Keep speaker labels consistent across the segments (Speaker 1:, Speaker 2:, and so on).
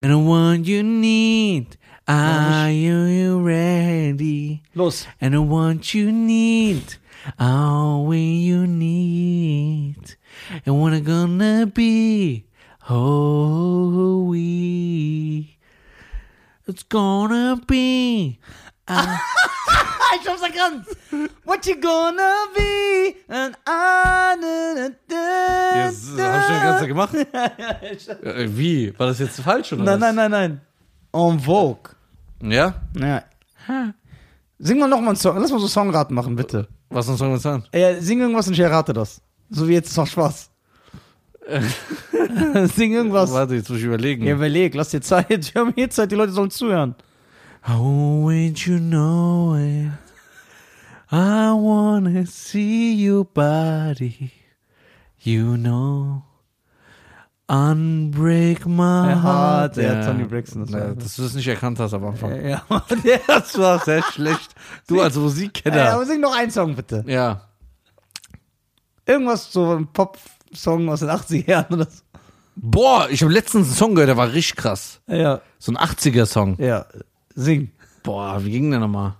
Speaker 1: the one you need. Are you ready?
Speaker 2: Los.
Speaker 1: And the one you need. All we you need. And what are gonna be? Oh, we. It's gonna be.
Speaker 2: Ich hab's erkannt. What you gonna be? And I...
Speaker 3: Das habe ich schon die ganze Zeit gemacht. Äh, Wie? War das jetzt falsch oder
Speaker 2: Nein,
Speaker 3: was?
Speaker 2: nein, nein, nein. En Vogue.
Speaker 3: nein. Ja?
Speaker 2: Ja. Sing mal nochmal einen Song. Lass mal so Songraten machen, bitte.
Speaker 3: Was uns Song uns an?
Speaker 2: Äh, sing irgendwas und ich errate das. So wie jetzt, es macht Spaß. sing irgendwas.
Speaker 3: Warte, jetzt muss ich überlegen.
Speaker 2: Ja, überleg, lass dir Zeit. Wir haben hier Zeit, die Leute sollen zuhören.
Speaker 1: Oh, ain't you know it? I wanna see your body. You know. Unbreak my heart.
Speaker 2: Ja,
Speaker 3: Ja.
Speaker 2: Tony Braxton, das war-
Speaker 3: Ja, dass du das nicht erkannt hast am Anfang.
Speaker 2: Ja,
Speaker 3: Das war sehr schlecht. Du als
Speaker 2: ja.
Speaker 3: Musikkenner.
Speaker 2: aber sing noch einen Song, bitte.
Speaker 3: Ja.
Speaker 2: Irgendwas, so ein Pop-Song aus den 80er Jahren oder so.
Speaker 3: Boah, ich habe letztens einen Song gehört, der war richtig krass.
Speaker 2: Ja,
Speaker 3: So ein 80er-Song.
Speaker 2: ja. Sing.
Speaker 3: Boah, wie ging der nochmal?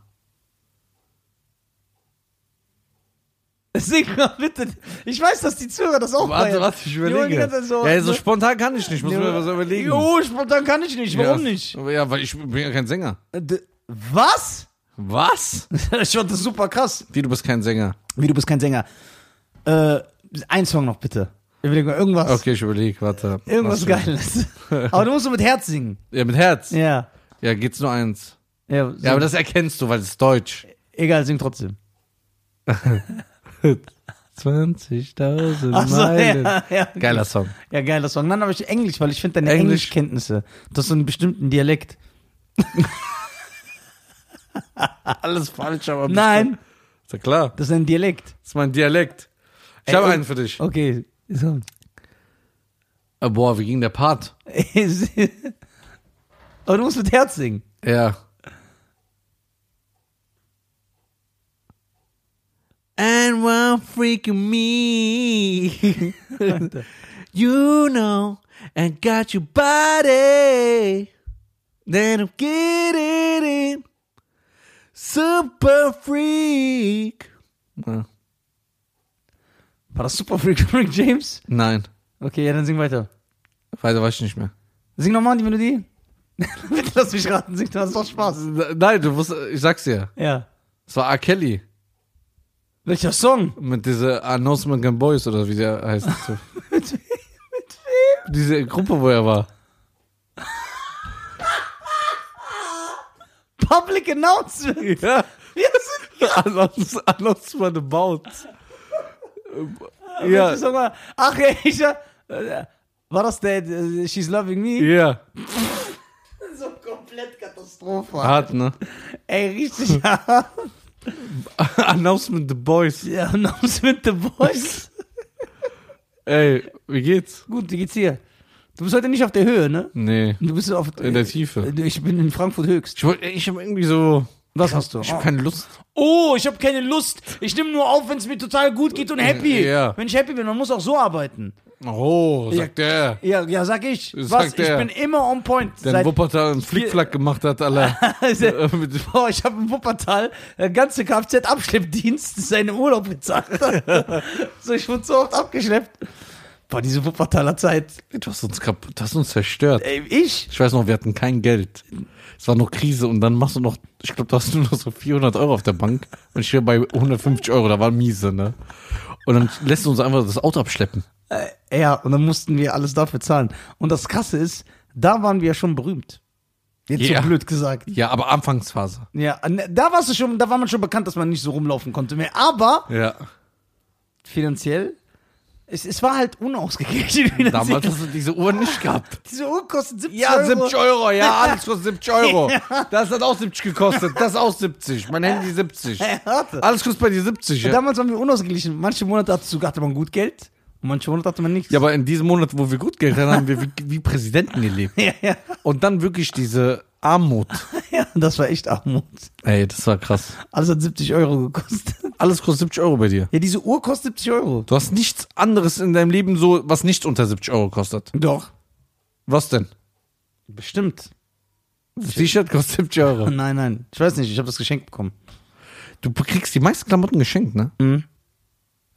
Speaker 2: Sing mal bitte. Ich weiß, dass die Zuhörer das auch
Speaker 3: Warte,
Speaker 2: feiern.
Speaker 3: warte, ich
Speaker 2: Die wollen die
Speaker 3: überlege.
Speaker 2: ganze Zeit so,
Speaker 3: ja, so
Speaker 2: ne?
Speaker 3: spontan kann ich nicht. Ich muss mir was überlegen.
Speaker 2: Jo, spontan kann ich nicht. Warum
Speaker 3: ja,
Speaker 2: nicht?
Speaker 3: Ja, weil ich bin ja kein Sänger.
Speaker 2: Äh, d- Was?
Speaker 3: Was?
Speaker 2: ich fand das super krass.
Speaker 3: Wie, du bist kein Sänger?
Speaker 2: Wie, du bist kein Sänger. Äh, ein Song noch, bitte. Überleg mal, irgendwas.
Speaker 3: Okay, ich überlege, warte.
Speaker 2: Irgendwas
Speaker 3: Was-
Speaker 2: Geiles. aber du musst so mit Herz singen.
Speaker 3: Ja, mit Herz. Ja,
Speaker 2: Ja.
Speaker 3: geht's nur eins.
Speaker 2: Ja,
Speaker 3: Ja, aber das erkennst du, weil es ist deutsch.
Speaker 2: egal, sing trotzdem.
Speaker 3: 20.000
Speaker 2: Ach so, ja, ja.
Speaker 3: Geiler Song.
Speaker 2: Ja, geiler Song. Nein, aber ich Englisch, weil ich finde deine
Speaker 3: Englisch.
Speaker 2: Englischkenntnisse, das ist so einen bestimmten Dialekt.
Speaker 3: Alles falsch, aber.
Speaker 2: Nein,
Speaker 3: Ist ja klar.
Speaker 2: das ist ein Dialekt.
Speaker 3: Das ist mein Dialekt. Ich
Speaker 2: Ey,
Speaker 3: habe
Speaker 2: und-
Speaker 3: einen für dich.
Speaker 2: Okay. So.
Speaker 3: Äh, Boah, wie ging der Part?
Speaker 2: aber du musst mit Herz singen.
Speaker 3: Ja.
Speaker 1: And one freaking me. you know, and got your body. Then I'm getting it. Super freak.
Speaker 3: Ja.
Speaker 2: War das super Freak, Freak James?
Speaker 3: Nein.
Speaker 2: Okay, ja, dann sing weiter.
Speaker 3: Weiter weiß ich nicht mehr.
Speaker 2: Sing nochmal die Melodie. Bitte lass mich raten, sing, das macht Spaß.
Speaker 3: Nein, du musst, ich sag's dir.
Speaker 2: Ja.
Speaker 3: Es war R. Kelly.
Speaker 2: Welcher Song?
Speaker 3: Mit dieser Announcement Gun Boys oder wie der heißt. So.
Speaker 2: Mit wem? Mit wem?
Speaker 3: Diese Gruppe, wo er war.
Speaker 2: Public Announcement.
Speaker 3: Ja.
Speaker 2: Wir sind
Speaker 3: Announcement About.
Speaker 2: ja.
Speaker 3: Ja.
Speaker 2: Sag mal, ach ja, ich, äh, war das der äh, She's Loving Me?
Speaker 3: Ja.
Speaker 2: So komplett Katastrophe.
Speaker 3: Hart, ne?
Speaker 2: Ey, richtig hart.
Speaker 3: Announcement The Boys.
Speaker 2: Ja, und uns mit The Boys.
Speaker 3: Ey, wie geht's?
Speaker 2: Gut, wie geht's dir? Du bist heute nicht auf der Höhe, ne?
Speaker 3: Nee.
Speaker 2: Du bist auf
Speaker 3: In der Tiefe.
Speaker 2: Ich bin in Frankfurt höchst.
Speaker 3: Ich wollte, ich habe irgendwie so.
Speaker 2: Was hast du? Ah.
Speaker 3: Ich habe keine Lust.
Speaker 2: Oh, ich habe keine Lust. Ich nehme nur auf, wenn es mir total gut geht und happy.
Speaker 3: Äh, Ja.
Speaker 2: Wenn ich happy bin, man muss auch so arbeiten.
Speaker 3: Oh, sagt der.
Speaker 2: Ja, ja, sag ich.
Speaker 3: Sagt
Speaker 2: Was? Ich
Speaker 3: er.
Speaker 2: bin immer on point.
Speaker 3: Der in Wuppertal einen Flickflack gemacht hat, alle. Äh,
Speaker 2: Also, boah, ich habe in Wuppertal der ganze Kfz-Abschleppdienst seinen Urlaub bezahlt. so, ich wurde so oft abgeschleppt. Boah, diese Wuppertaler Zeit.
Speaker 3: Du hast uns kaputt, du hast uns zerstört.
Speaker 2: Ey, ich?
Speaker 3: Ich weiß noch, wir hatten kein Geld. Es war noch Krise und dann machst du noch, ich glaube, du hast nur noch so 400 Euro auf der Bank und ich stehe bei 150 Euro, da war miese, ne? Und dann lässt du uns einfach das Auto abschleppen.
Speaker 2: Äh, ja, und dann mussten wir alles dafür zahlen. Und das Krasse ist, da waren wir ja schon berühmt. Jetzt
Speaker 3: Ja.
Speaker 2: so blöd gesagt.
Speaker 3: Ja, aber Anfangsphase.
Speaker 2: Ja, ne, da warst du schon, da war man schon bekannt, dass man nicht so rumlaufen konnte mehr. Aber
Speaker 3: Ja.
Speaker 2: finanziell, es, es war halt unausgeglichen. finanziell.
Speaker 3: Damals hast du diese Uhr nicht gehabt.
Speaker 2: Diese Uhr kostet 70
Speaker 3: Ja,
Speaker 2: Euro.
Speaker 3: 70 Euro, ja, alles kostet 70 Euro. Das hat auch 70 gekostet, das auch 70. Mein Handy 70.
Speaker 2: Ey, warte.
Speaker 3: Alles kostet bei dir 70, ja?
Speaker 2: Damals waren wir unausgeglichen. Manche Monate hatte, sogar- hatte man gut Geld und manche Monate hatte man nichts.
Speaker 3: Ja, aber in diesem Monat, wo wir gut Geld hatten, haben wir wie, wie Präsidenten gelebt.
Speaker 2: ja, ja.
Speaker 3: Und dann wirklich diese Armut.
Speaker 2: ja, das war echt Armut.
Speaker 3: Ey, das war krass.
Speaker 2: Alles hat 70 Euro gekostet.
Speaker 3: Alles kostet 70 Euro bei dir.
Speaker 2: Ja, diese Uhr kostet 70 Euro.
Speaker 3: Du hast nichts anderes in deinem Leben so, was nicht unter 70 Euro kostet.
Speaker 2: Doch.
Speaker 3: Was denn?
Speaker 2: Bestimmt.
Speaker 3: Das T-Shirt kostet 70 Euro.
Speaker 2: Nein, nein. Ich weiß nicht, ich habe das Geschenk bekommen.
Speaker 3: Du kriegst die meisten Klamotten geschenkt, ne?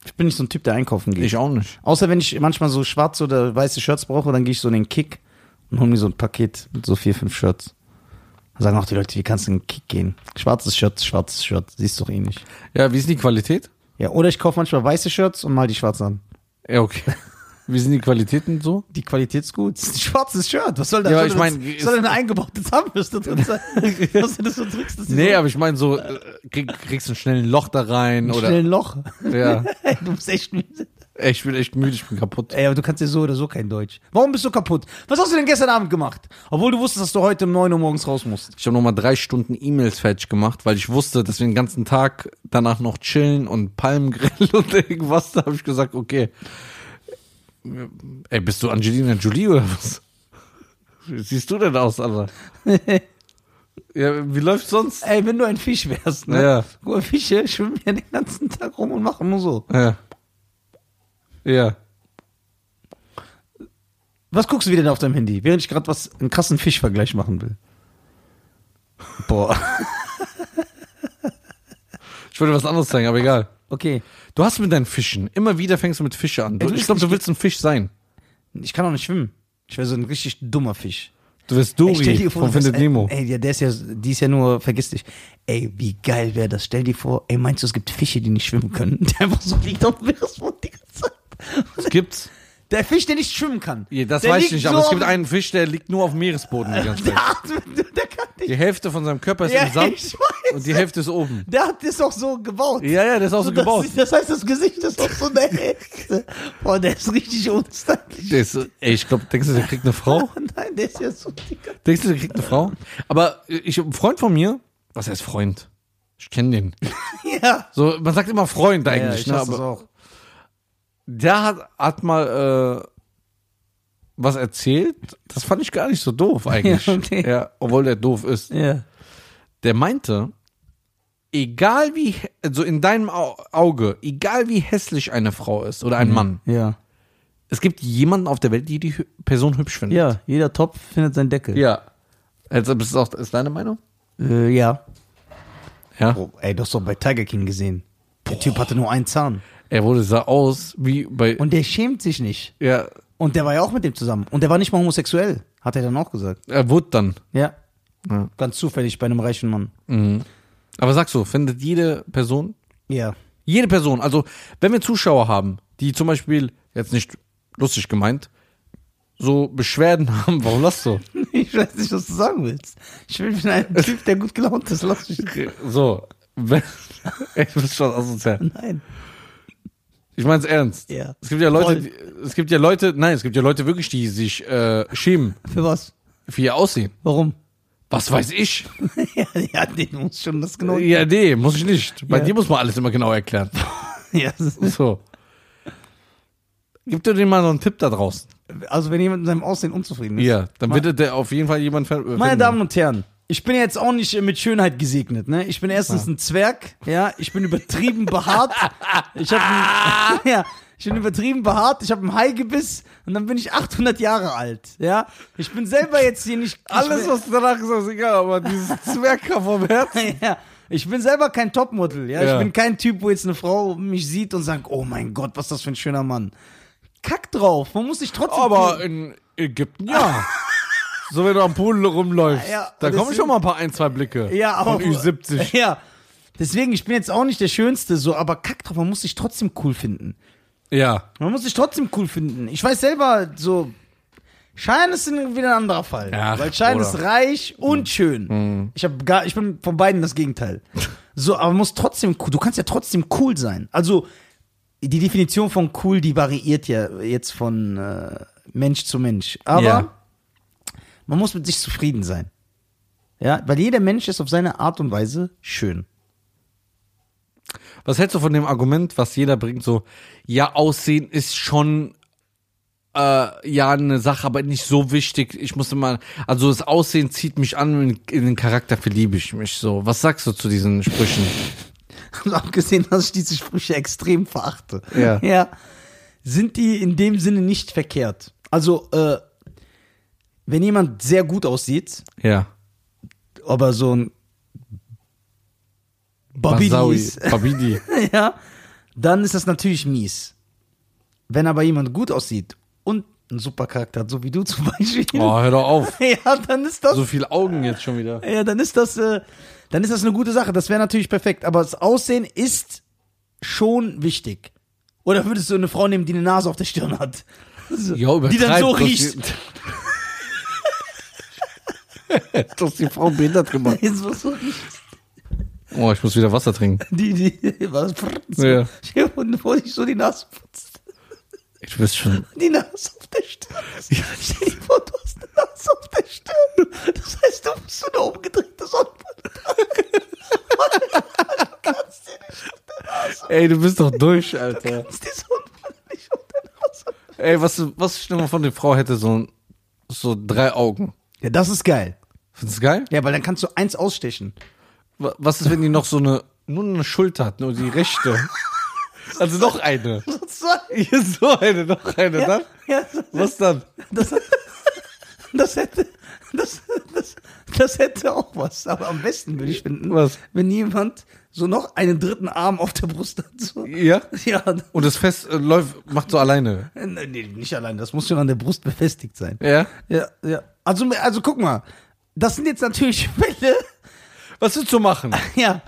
Speaker 2: Ich bin nicht so ein Typ, der einkaufen geht.
Speaker 3: Ich auch nicht.
Speaker 2: Außer wenn ich manchmal so schwarze oder weiße Shirts brauche, dann gehe ich so in den Kick und hole mir so ein Paket mit so vier, fünf Shirts. Dann sagen auch die Leute, wie kannst du in den Kick gehen? Schwarzes Shirt, schwarzes Shirt, siehst doch eh nicht.
Speaker 3: Ja, wie ist die Qualität?
Speaker 2: Ja, oder ich kaufe manchmal weiße Shirts und mal die schwarz an.
Speaker 3: Ja, okay. Wie sind die Qualitäten so?
Speaker 2: Die Qualität ist gut. Das ist ein schwarzes Shirt. Was soll da
Speaker 3: Ja,
Speaker 2: soll
Speaker 3: aber
Speaker 2: da-
Speaker 3: ich meine,
Speaker 2: soll da eine eingebaute Zahnbürste drin sein? Was denn das so trickst, dass die
Speaker 3: Nee,
Speaker 2: so
Speaker 3: aber ich meine so, äh, krieg, kriegst ein schnelles Loch da rein
Speaker 2: ein
Speaker 3: oder.
Speaker 2: schnell ein Loch.
Speaker 3: Ja.
Speaker 2: Ey, du bist echt müde.
Speaker 3: Ey, ich bin echt müde, ich bin kaputt.
Speaker 2: Ey, aber du kannst ja so oder so kein Deutsch. Warum bist du kaputt? Was hast du denn gestern Abend gemacht? Obwohl du wusstest, dass du heute um 9 Uhr morgens raus musst.
Speaker 3: Ich habe nochmal drei Stunden E-Mails fertig gemacht, weil ich wusste, dass wir den ganzen Tag danach noch chillen und Palmgrill und irgendwas. Da habe ich gesagt, okay. Ey, bist du Angelina Jolie oder was? Wie siehst du denn aus, Alter? ja, wie läuft's sonst?
Speaker 2: Ey, wenn du ein Fisch wärst, ne?
Speaker 3: Ja.
Speaker 2: Guck mal, Fische schwimmen ja den ganzen Tag rum und machen nur so.
Speaker 3: Ja. Ja.
Speaker 2: Was guckst du wieder denn auf deinem Handy? Während ich gerade was, einen krassen Fischvergleich machen will. Boah.
Speaker 3: Ich wollte was anderes zeigen, aber egal.
Speaker 2: Okay.
Speaker 3: Du hast mit deinen Fischen. Immer wieder fängst du mit Fische an.
Speaker 2: Ey,
Speaker 3: Du,
Speaker 2: du
Speaker 3: ich
Speaker 2: bist
Speaker 3: glaube, du
Speaker 2: nicht-
Speaker 3: willst ein Fisch sein.
Speaker 2: Ich kann auch nicht schwimmen. Ich wäre so ein richtig dummer Fisch.
Speaker 3: Du wirst
Speaker 2: Ey, stell
Speaker 3: Dory
Speaker 2: dir vor,
Speaker 3: von
Speaker 2: du bist-
Speaker 3: Findet Nemo.
Speaker 2: Ey, ja, der ist ja, die ist ja nur, vergiss dich. Ey, wie geil wäre das? Stell dir vor, ey, meinst du, es gibt Fische, die nicht schwimmen können? Der einfach so liegt auf dem Meeresboden die ganze Zeit.
Speaker 3: Gibt's?
Speaker 2: Der Fisch, der nicht schwimmen kann.
Speaker 3: Ja, das
Speaker 2: der
Speaker 3: weiß ich
Speaker 2: liegt
Speaker 3: nicht,
Speaker 2: so
Speaker 3: aber es
Speaker 2: auf-
Speaker 3: gibt einen Fisch, der liegt nur auf dem Meeresboden die ganze Zeit.
Speaker 2: Der atmet, der kann nicht.
Speaker 3: Die Hälfte von seinem Körper ist
Speaker 2: Ja,
Speaker 3: im Sand
Speaker 2: ich weiß.
Speaker 3: und die Hälfte ist oben.
Speaker 2: Der hat das auch so gebaut.
Speaker 3: Ja, ja, der ist auch so
Speaker 2: das,
Speaker 3: gebaut.
Speaker 2: Das heißt, das Gesicht ist auch so eine Hexe. Boah, der ist richtig unsteiglich.
Speaker 3: Der ist, ey, ich glaube, denkst du, der kriegt eine Frau?
Speaker 2: Nein, der ist ja so dicker.
Speaker 3: Denkst du, der kriegt eine Frau? Aber äh, ich, ein Freund von mir, was heißt Freund? Ich kenne den.
Speaker 2: Ja.
Speaker 3: So, man sagt immer Freund eigentlich, ne? Aber
Speaker 2: hasse das auch.
Speaker 3: der hat, hat mal äh, was erzählt. Das fand ich gar nicht so doof eigentlich.
Speaker 2: Ja, okay.
Speaker 3: ja, obwohl der doof ist.
Speaker 2: Ja.
Speaker 3: der meinte, egal wie, also in deinem Au- Auge, egal wie hässlich eine Frau ist oder ein
Speaker 2: Mhm.
Speaker 3: Mann,
Speaker 2: Ja.
Speaker 3: es gibt jemanden auf der Welt, die die hü- Person hübsch findet.
Speaker 2: Ja, jeder Topf findet seinen Deckel.
Speaker 3: Ja. Also, das ist auch, ist deine Meinung? Oh.
Speaker 2: Äh, ja.
Speaker 3: Ja.
Speaker 2: Bro, ey, du hast doch bei Tiger King gesehen. Der Typ hatte nur einen Zahn.
Speaker 3: Er wurde sah aus wie bei,
Speaker 2: Und der schämt sich nicht.
Speaker 3: ja,
Speaker 2: Und der war ja auch mit dem zusammen. Und der war nicht mal homosexuell, hat er dann auch gesagt.
Speaker 3: er wurde dann.
Speaker 2: Ja.
Speaker 3: Ja.
Speaker 2: Ganz zufällig bei einem reichen Mann.
Speaker 3: Aber sagst du, findet jede Person,
Speaker 2: Ja.
Speaker 3: jede Person, also, wenn wir Zuschauer haben, die zum Beispiel, jetzt nicht lustig gemeint, so Beschwerden haben, warum lachst du?
Speaker 2: Ich weiß nicht, was du sagen willst. Ich will bin ein Typ, der gut gelaunt ist. Lass mich.
Speaker 3: So, wenn, ey, du bist schon asozial.
Speaker 2: Nein.
Speaker 3: Ich meine es ernst.
Speaker 2: Ja.
Speaker 3: Es gibt ja Leute,
Speaker 2: Voll.
Speaker 3: die, es gibt ja Leute, nein, es gibt ja Leute wirklich, die sich äh, schämen
Speaker 2: Für was?
Speaker 3: für ihr Aussehen.
Speaker 2: Warum?
Speaker 3: Was weiß ich?
Speaker 2: ja, ja, nee, du musst schon das genau.
Speaker 3: Ja, nee, muss ich nicht. Bei
Speaker 2: Ja.
Speaker 3: dir muss man alles immer genau erklären.
Speaker 2: Ja, das ist-
Speaker 3: So. Gib dir den mal so einen Tipp da draußen.
Speaker 2: also, wenn jemand mit seinem Aussehen unzufrieden ist.
Speaker 3: Ja, dann wird der auf jeden Fall jemand ver-
Speaker 2: Meine
Speaker 3: finden.
Speaker 2: Damen und Herren, ich bin jetzt auch nicht äh, mit Schönheit gesegnet, ne? Ich bin erstens ein Zwerg, ja, ich bin übertrieben behaart. Ich habe ja, ich bin übertrieben behaart, ich habe ein Haigebiss und dann bin ich 800 Jahre alt, ja? Ich bin selber jetzt hier nicht ich
Speaker 3: Alles,
Speaker 2: bin-
Speaker 3: was du danach gesagt hast, egal, aber dieses Zwergkampf vom Herzen.
Speaker 2: ja. Ich bin selber kein Topmodel, ja?
Speaker 3: Ja.
Speaker 2: Ich bin kein Typ, wo jetzt eine Frau mich sieht und sagt, oh mein Gott, was ist das für ein schöner Mann. Kack drauf, man muss sich trotzdem.
Speaker 3: Aber in Ägypten ja. so, wenn du am Pool rumläufst,
Speaker 2: Ja,
Speaker 3: da kommen
Speaker 2: deswegen-
Speaker 3: schon mal ein paar ein, zwei Blicke.
Speaker 2: Ja, aber.
Speaker 3: Von Ü70.
Speaker 2: Ja. Deswegen, ich bin jetzt auch nicht der Schönste, so, aber kack drauf, man muss sich trotzdem cool finden.
Speaker 3: Ja.
Speaker 2: Man muss sich trotzdem cool finden. Ich weiß selber, so. Schein ist ein- wieder ein anderer Fall.
Speaker 3: Ach, Hm.
Speaker 2: weil Schein
Speaker 3: Bruder.
Speaker 2: ist reich und schön. Ich, hab gar, ich bin von beiden das Gegenteil. So, aber man muss trotzdem cool, du kannst ja trotzdem cool sein. Also, die Definition von cool, die variiert ja jetzt von äh, Mensch zu Mensch. Aber
Speaker 3: Ja.
Speaker 2: man muss mit sich zufrieden sein. Ja, weil jeder Mensch ist auf seine Art und Weise schön.
Speaker 3: Was hältst du von dem Argument, was jeder bringt, so, ja, Aussehen ist schon, äh, ja, eine Sache, aber nicht so wichtig. Ich muss immer, also das Aussehen zieht mich an, in, in den Charakter verliebe ich mich so. Was sagst du zu diesen Sprüchen?
Speaker 2: Und abgesehen, dass ich diese Sprüche extrem verachte.
Speaker 3: Ja.
Speaker 2: ja sind die in dem Sinne nicht verkehrt. Also, äh, wenn jemand sehr gut aussieht,
Speaker 3: Ja.
Speaker 2: aber so ein Babidi ist,
Speaker 3: Basaui. Babidi.
Speaker 2: ja, dann ist das natürlich mies. Wenn aber jemand gut aussieht und einen super Charakter hat, so wie du zum Beispiel,
Speaker 3: Oh, hör doch auf.
Speaker 2: ja, dann ist das
Speaker 3: So viele Augen jetzt schon wieder.
Speaker 2: Ja, dann ist das, äh, dann ist das eine gute Sache. Das wäre natürlich perfekt. Aber das Aussehen ist schon wichtig. Oder würdest du eine Frau nehmen, die eine Nase auf der Stirn hat? So,
Speaker 3: Ja,
Speaker 2: die
Speaker 3: übertreib
Speaker 2: dann so
Speaker 3: das
Speaker 2: riecht.
Speaker 3: Du hast die Frau behindert gemacht.
Speaker 2: Die so- so riecht.
Speaker 3: Oh, ich muss wieder Wasser trinken.
Speaker 2: Die, die, was? So.
Speaker 3: Ja.
Speaker 2: Stell dir vor, bevor dich so die Nase putzt.
Speaker 3: Ich bist schon.
Speaker 2: Die Nase auf der Stirn. Stell dir vor, du hast eine Nase auf der Stirn. Das heißt, du bist so eine umgedrehte Sonnenbrille.
Speaker 3: Ey, du bist doch durch, Alter.
Speaker 2: Du hast die Sonnenbrille nicht auf der Nase.
Speaker 3: Ey, was, was ich nochmal von der Frau hätte, so, ein- so drei Augen.
Speaker 2: Ja, das ist geil.
Speaker 3: Findest du geil?
Speaker 2: Ja, weil dann kannst du eins ausstechen.
Speaker 3: Wa- Was ist, wenn die noch so eine, nur eine Schulter hat, nur die rechte? Also noch eine. Hier ist so eine, noch eine.
Speaker 2: Ja,
Speaker 3: Dann,
Speaker 2: ja, so-
Speaker 3: was dann?
Speaker 2: Das, das hätte. Das, das, das hätte auch was. Aber am besten würde ich finden,
Speaker 3: Was?
Speaker 2: wenn jemand so noch einen dritten Arm auf der Brust hat. So.
Speaker 3: Ja?
Speaker 2: Ja,
Speaker 3: Und das Fest äh, läuft, macht so alleine.
Speaker 2: nee, nee, nicht allein. Das muss schon an der Brust befestigt sein.
Speaker 3: Ja?
Speaker 2: Ja, ja. Also, also guck mal. Das sind jetzt natürlich Fälle.
Speaker 3: Was willst du machen?
Speaker 2: Ja.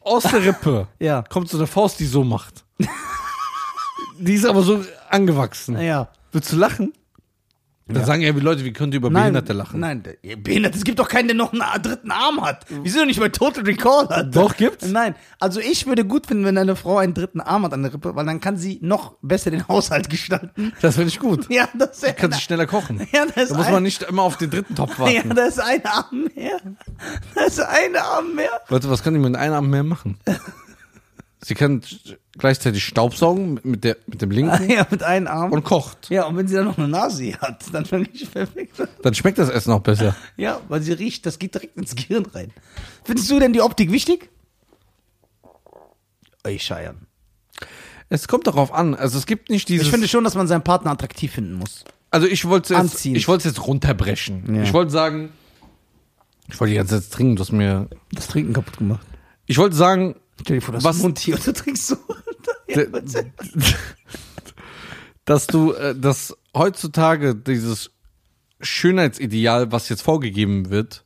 Speaker 3: Aus der Rippe
Speaker 2: Ja.
Speaker 3: kommt so eine Faust, die so macht. die ist aber so angewachsen.
Speaker 2: Ja.
Speaker 3: Willst du lachen? Dann sagen ja wie Leute, wie könnt ihr über Behinderte lachen?
Speaker 2: Nein, der- ja, Behinderte. Es gibt doch keinen, der noch einen dritten Arm hat. Wieso denn nicht bei Total Recall hat?
Speaker 3: Doch, gibt's?
Speaker 2: Nein. Also ich würde gut finden, wenn eine Frau einen dritten Arm hat an der Rippe, weil dann kann sie noch besser den Haushalt gestalten.
Speaker 3: Das finde ich gut.
Speaker 2: Ja, das ist
Speaker 3: Kann sich schneller kochen.
Speaker 2: Ja, das
Speaker 3: da muss
Speaker 2: ein-
Speaker 3: man nicht immer auf den dritten Topf
Speaker 2: ja,
Speaker 3: warten.
Speaker 2: da ist ein Arm mehr. Da ist ein Arm mehr.
Speaker 3: Leute, was kann die mit einem Arm mehr machen? Sie kann gleichzeitig Staubsaugen mit, der, mit dem linken
Speaker 2: Ja, mit einem Arm.
Speaker 3: und kocht.
Speaker 2: ja, und wenn sie dann noch eine Nase hat, dann finde ich perfekt.
Speaker 3: Dann schmeckt das Essen auch besser.
Speaker 2: Ja, weil sie riecht, das geht direkt ins Gehirn rein. Findest du denn die Optik wichtig? Ey, Scheiern.
Speaker 3: Es kommt darauf an. Also es gibt nicht dieses.
Speaker 2: Ich finde schon, dass man seinen Partner attraktiv finden muss.
Speaker 3: also ich wollte jetzt,
Speaker 2: Anziehend.
Speaker 3: ich wollte es jetzt runterbrechen.
Speaker 2: Ja.
Speaker 3: Ich wollte sagen, ich wollte die ganze Zeit trinken, du hast mir.
Speaker 2: Das Trinken kaputt gemacht.
Speaker 3: Ich wollte sagen,
Speaker 2: Stell dir vor, das
Speaker 3: Was-
Speaker 2: Was? Mund hier und du trinkst so. Ja, was-
Speaker 3: dass du, äh, dass heutzutage dieses Schönheitsideal, was jetzt vorgegeben wird,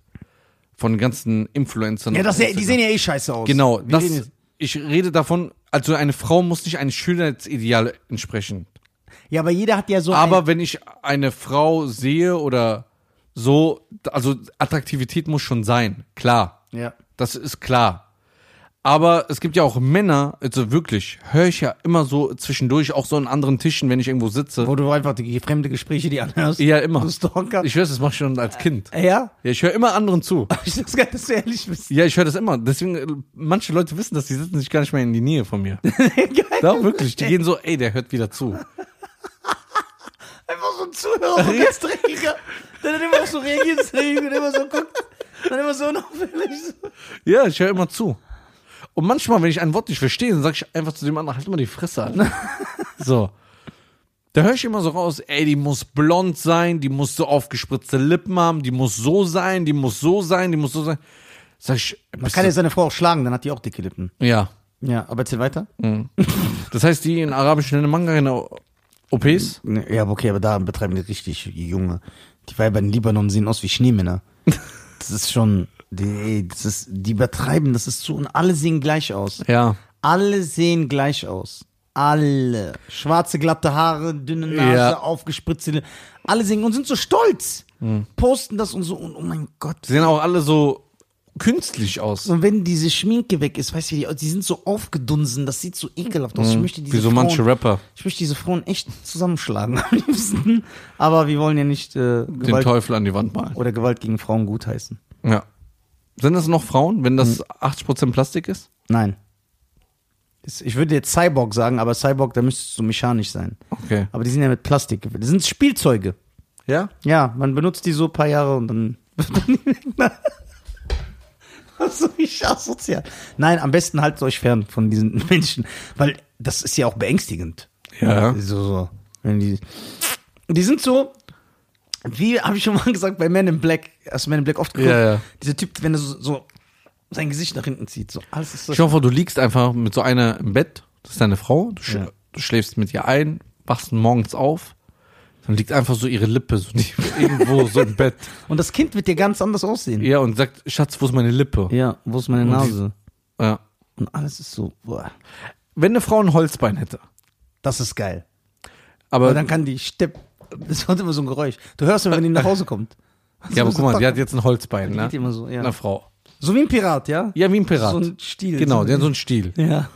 Speaker 3: von den ganzen Influencern.
Speaker 2: ja
Speaker 3: auf
Speaker 2: das, die
Speaker 3: Instagram-
Speaker 2: sehen ja eh scheiße aus.
Speaker 3: Genau,
Speaker 2: Wir
Speaker 3: das,
Speaker 2: reden jetzt-
Speaker 3: ich rede davon, also eine Frau muss nicht einem Schönheitsideal entsprechen.
Speaker 2: Ja, aber jeder hat ja so.
Speaker 3: Aber wenn ich eine Frau sehe oder so, also Attraktivität muss schon sein, klar.
Speaker 2: ein, ja.
Speaker 3: Das ist klar. Aber es gibt ja auch Männer, also wirklich, höre ich ja immer so zwischendurch, auch so an anderen Tischen, wenn ich irgendwo sitze.
Speaker 2: Wo du einfach die fremde Gespräche die anhörst.
Speaker 3: Ja, immer.
Speaker 2: Du Stalker.
Speaker 3: Ich höre das mach ich schon als Kind.
Speaker 2: ja?
Speaker 3: Ja, ich höre immer anderen zu.
Speaker 2: Ich das gar dass du ehrlich bist.
Speaker 3: Ja, ich höre das immer. Deswegen, äh, manche Leute wissen das, die sitzen sich gar nicht mehr in die Nähe von mir. Doch, wirklich. Die gehen so, ey, der hört wieder zu.
Speaker 2: Einfach so ein Zuhörer, so ein ganz dreckiger, der dann immer so reagiert, so und immer so guckt. Dann immer so unauffällig. So.
Speaker 3: Ja, ich höre immer zu. Und manchmal, wenn ich ein Wort nicht verstehe, dann sage ich einfach zu dem anderen, halt mal die Fresse an. so. Da höre ich immer so raus, ey, die muss blond sein, die muss so aufgespritzte Lippen haben, die muss so sein, die muss so sein, die muss so sein. Sag ich,
Speaker 2: Man
Speaker 3: bist
Speaker 2: kann ja
Speaker 3: du,
Speaker 2: seine Frau auch schlagen, dann hat die auch dicke Lippen.
Speaker 3: ja.
Speaker 2: Ja, aber erzähl weiter.
Speaker 3: Das heißt, die in Arabisch nennen Manga in OPs?
Speaker 2: Ne, Ja, aber okay, aber da betreiben die richtig junge. Die Weiber in Libanon sehen aus wie Schneemänner. Das ist schon, die, das ist, die übertreiben, das ist so, und alle sehen gleich aus.
Speaker 3: Ja.
Speaker 2: Alle sehen gleich aus. Alle. Schwarze, glatte Haare, dünne Nase,
Speaker 3: Ja.
Speaker 2: aufgespritzte. Lippen. Alle singen und sind so stolz.
Speaker 3: Hm.
Speaker 2: Posten das und so, und oh mein Gott.
Speaker 3: Die sehen auch alle so künstlich aus.
Speaker 2: Und wenn diese Schminke weg ist, weißt du, die, die sind so aufgedunsen, das sieht so ekelhaft aus. Ich möchte diese
Speaker 3: Hm. Wie so manche
Speaker 2: Frauen,
Speaker 3: Rapper.
Speaker 2: Ich möchte diese Frauen echt zusammenschlagen am liebsten. Aber wir wollen ja nicht äh,
Speaker 3: Den
Speaker 2: Gewalt
Speaker 3: Teufel an die Wand malen.
Speaker 2: oder Gewalt gegen Frauen gutheißen.
Speaker 3: Ja. Hm. Sind das noch Frauen, wenn das 80% Plastik ist?
Speaker 2: Nein. Es- Ich würde jetzt Cyborg sagen, aber Cyborg, da müsstest du mechanisch sein.
Speaker 3: Okay.
Speaker 2: Aber die sind ja mit Plastik gefüllt. Das sind Spielzeuge.
Speaker 3: Ja?
Speaker 2: Ja, man benutzt die so ein paar Jahre und dann. Was so wie asozial. Nein, am besten haltet euch fern von diesen Menschen, weil das ist ja auch beängstigend.
Speaker 3: Ja.
Speaker 2: So, so. Wenn die, die sind so, Wie habe ich schon mal gesagt, bei Men in Black, hast du Men in Black oft geguckt,
Speaker 3: Ja, ja.
Speaker 2: dieser Typ, wenn er so, so sein Gesicht nach hinten zieht, so alles ist so.
Speaker 3: Ich hoffe, du liegst einfach mit so einer im Bett, das ist deine Frau, du, sch du schläfst mit ihr ein, wachst morgens auf, dann liegt einfach so ihre Lippe so die- irgendwo so im Bett.
Speaker 2: Und das Kind wird dir ganz anders aussehen.
Speaker 3: Ja, und sagt, Schatz, wo ist meine Lippe?
Speaker 2: Ja, wo ist meine Nase?
Speaker 3: Ja.
Speaker 2: Und alles ist so, boah.
Speaker 3: Wenn eine Frau ein Holzbein hätte,
Speaker 2: Das ist geil.
Speaker 3: aber,
Speaker 2: Aber dann kann die Stepp. Das macht immer so ein Geräusch. Du hörst immer, wenn die nach Hause kommt.
Speaker 3: ja, aber
Speaker 2: so
Speaker 3: guck mal, die
Speaker 2: tack-
Speaker 3: hat jetzt ein Holzbein, ne?
Speaker 2: geht immer so, ja.
Speaker 3: Eine Frau.
Speaker 2: So wie ein Pirat, ja?
Speaker 3: Ja, wie ein Pirat.
Speaker 2: So ein Stiel.
Speaker 3: genau,
Speaker 2: So
Speaker 3: der
Speaker 2: ein-
Speaker 3: hat so einen Stiel.
Speaker 2: Ja.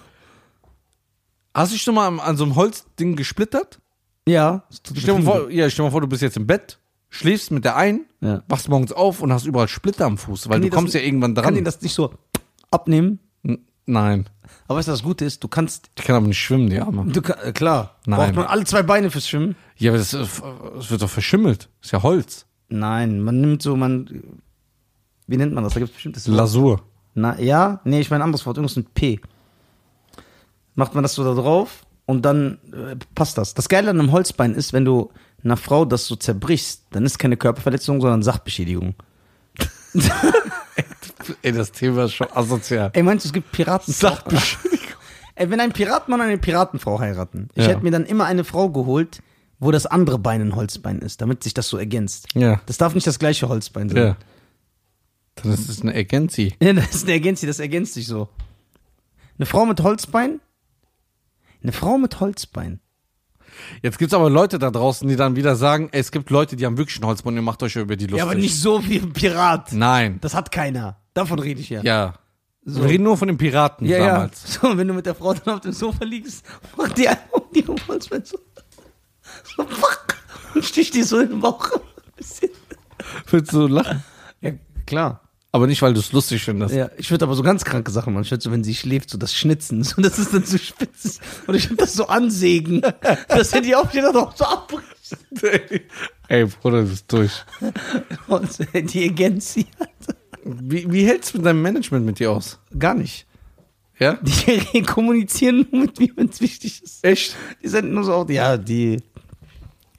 Speaker 3: Hast du dich schon mal an, an so einem Holzding gesplittert?
Speaker 2: Ja. es tut
Speaker 3: Stell dir
Speaker 2: mir
Speaker 3: mal vor, ja, stell dir mal vor, du bist jetzt im Bett, schläfst mit der ein,
Speaker 2: Ja.
Speaker 3: wachst morgens auf und hast überall Splitter am Fuß, weil
Speaker 2: Kann die
Speaker 3: du
Speaker 2: das
Speaker 3: kommst
Speaker 2: nicht-
Speaker 3: ja irgendwann
Speaker 2: Kann
Speaker 3: dran.
Speaker 2: den das nicht so abnehmen?
Speaker 3: N- Nein.
Speaker 2: Aber weißt du, das Gute ist, du kannst.
Speaker 3: Die kann aber nicht schwimmen, die Arme.
Speaker 2: Du kann, äh, klar.
Speaker 3: Nein.
Speaker 2: Braucht man alle zwei Beine fürs Schwimmen?
Speaker 3: Ja, aber das, äh, f- das wird doch verschimmelt. Ist ja Holz.
Speaker 2: Nein, man nimmt so, man. Wie nennt man das? Da gibt es bestimmt das
Speaker 3: Lasur.
Speaker 2: Na ja, nee, ich meine ein anderes Wort, irgendwas mit P. Macht man das so da drauf und dann äh, passt das. Das Geile an einem Holzbein ist, wenn du einer Frau das so zerbrichst, dann ist keine Körperverletzung, sondern Sachbeschädigung.
Speaker 3: Ey, das Thema ist schon asozial.
Speaker 2: Ey, meinst du, es gibt Piraten?
Speaker 3: Sachbeschädigung.
Speaker 2: Ey, wenn ein Piratenmann eine Piratenfrau heiraten, ich
Speaker 3: Ja.
Speaker 2: hätte mir dann immer eine Frau geholt, wo das andere Bein ein Holzbein ist, damit sich das so ergänzt.
Speaker 3: Ja.
Speaker 2: Das darf nicht das gleiche Holzbein sein.
Speaker 3: Ja. Dann ist es eine Ergänzi.
Speaker 2: Ja, das ist eine Ergänzung, das ergänzt sich so. Eine Frau mit Holzbein? Eine Frau mit Holzbein.
Speaker 3: Jetzt gibt's aber Leute da draußen, die dann wieder sagen, ey, es gibt Leute, die haben wirklich einen Holzbund, ihr macht euch ja über die lustig.
Speaker 2: Ja, aber nicht so wie ein Pirat.
Speaker 3: Nein.
Speaker 2: Das hat keiner. Davon rede ich ja.
Speaker 3: Ja. Wir reden nur von den Piraten damals.
Speaker 2: So, und wenn du mit der Frau dann auf dem Sofa liegst, macht die einfach die um Holzbein so. So, fuck. Und sticht die so in den Bauch. Ein bisschen.
Speaker 3: Willst du lachen?
Speaker 2: Ja, klar.
Speaker 3: Aber nicht, weil du es lustig findest.
Speaker 2: Ja, ich würde aber so ganz kranke Sachen machen. Ich würde so, wenn sie schläft, so das Schnitzen. So, das ist dann so spitz. Und ich würde das so ansägen. dass wenn die aufsteht, dann auch so abbricht.
Speaker 3: Ey, Bruder, das ist durch.
Speaker 2: Und so, die ergänzt sie halt.
Speaker 3: Wie, wie hältst du mit deinem Management mit dir aus?
Speaker 2: Gar nicht.
Speaker 3: Ja?
Speaker 2: Die kommunizieren nur mit mir, wenn es wichtig ist.
Speaker 3: Echt?
Speaker 2: Die senden nur so auch, ja, die.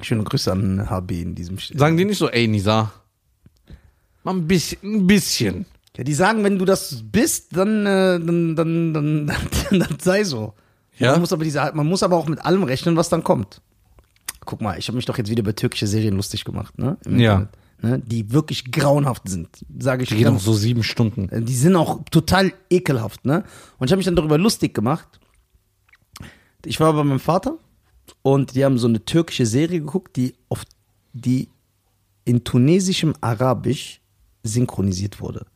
Speaker 2: Schöne Grüße an HB in diesem Sch
Speaker 3: Sagen die nicht so, ey, Nisa. Mal ein bisschen, ein bisschen.
Speaker 2: Ja, die sagen, wenn du das bist, dann, äh, dann, dann, dann, dann, dann sei so.
Speaker 3: Ja?
Speaker 2: Man muss, aber diese, man muss aber auch mit allem rechnen, was dann kommt. Guck mal, ich habe mich doch jetzt wieder über türkische Serien lustig gemacht, ne? Im
Speaker 3: Ja.
Speaker 2: Internet, Ne? Die wirklich grauenhaft sind, sage ich
Speaker 3: Die gehen auch
Speaker 2: ganz-
Speaker 3: so sieben Stunden.
Speaker 2: Die sind auch total ekelhaft, ne? Und ich habe mich dann darüber lustig gemacht. Ich war bei meinem Vater und die haben so eine türkische Serie geguckt, die auf die in tunesischem Arabisch synchronisiert wurde.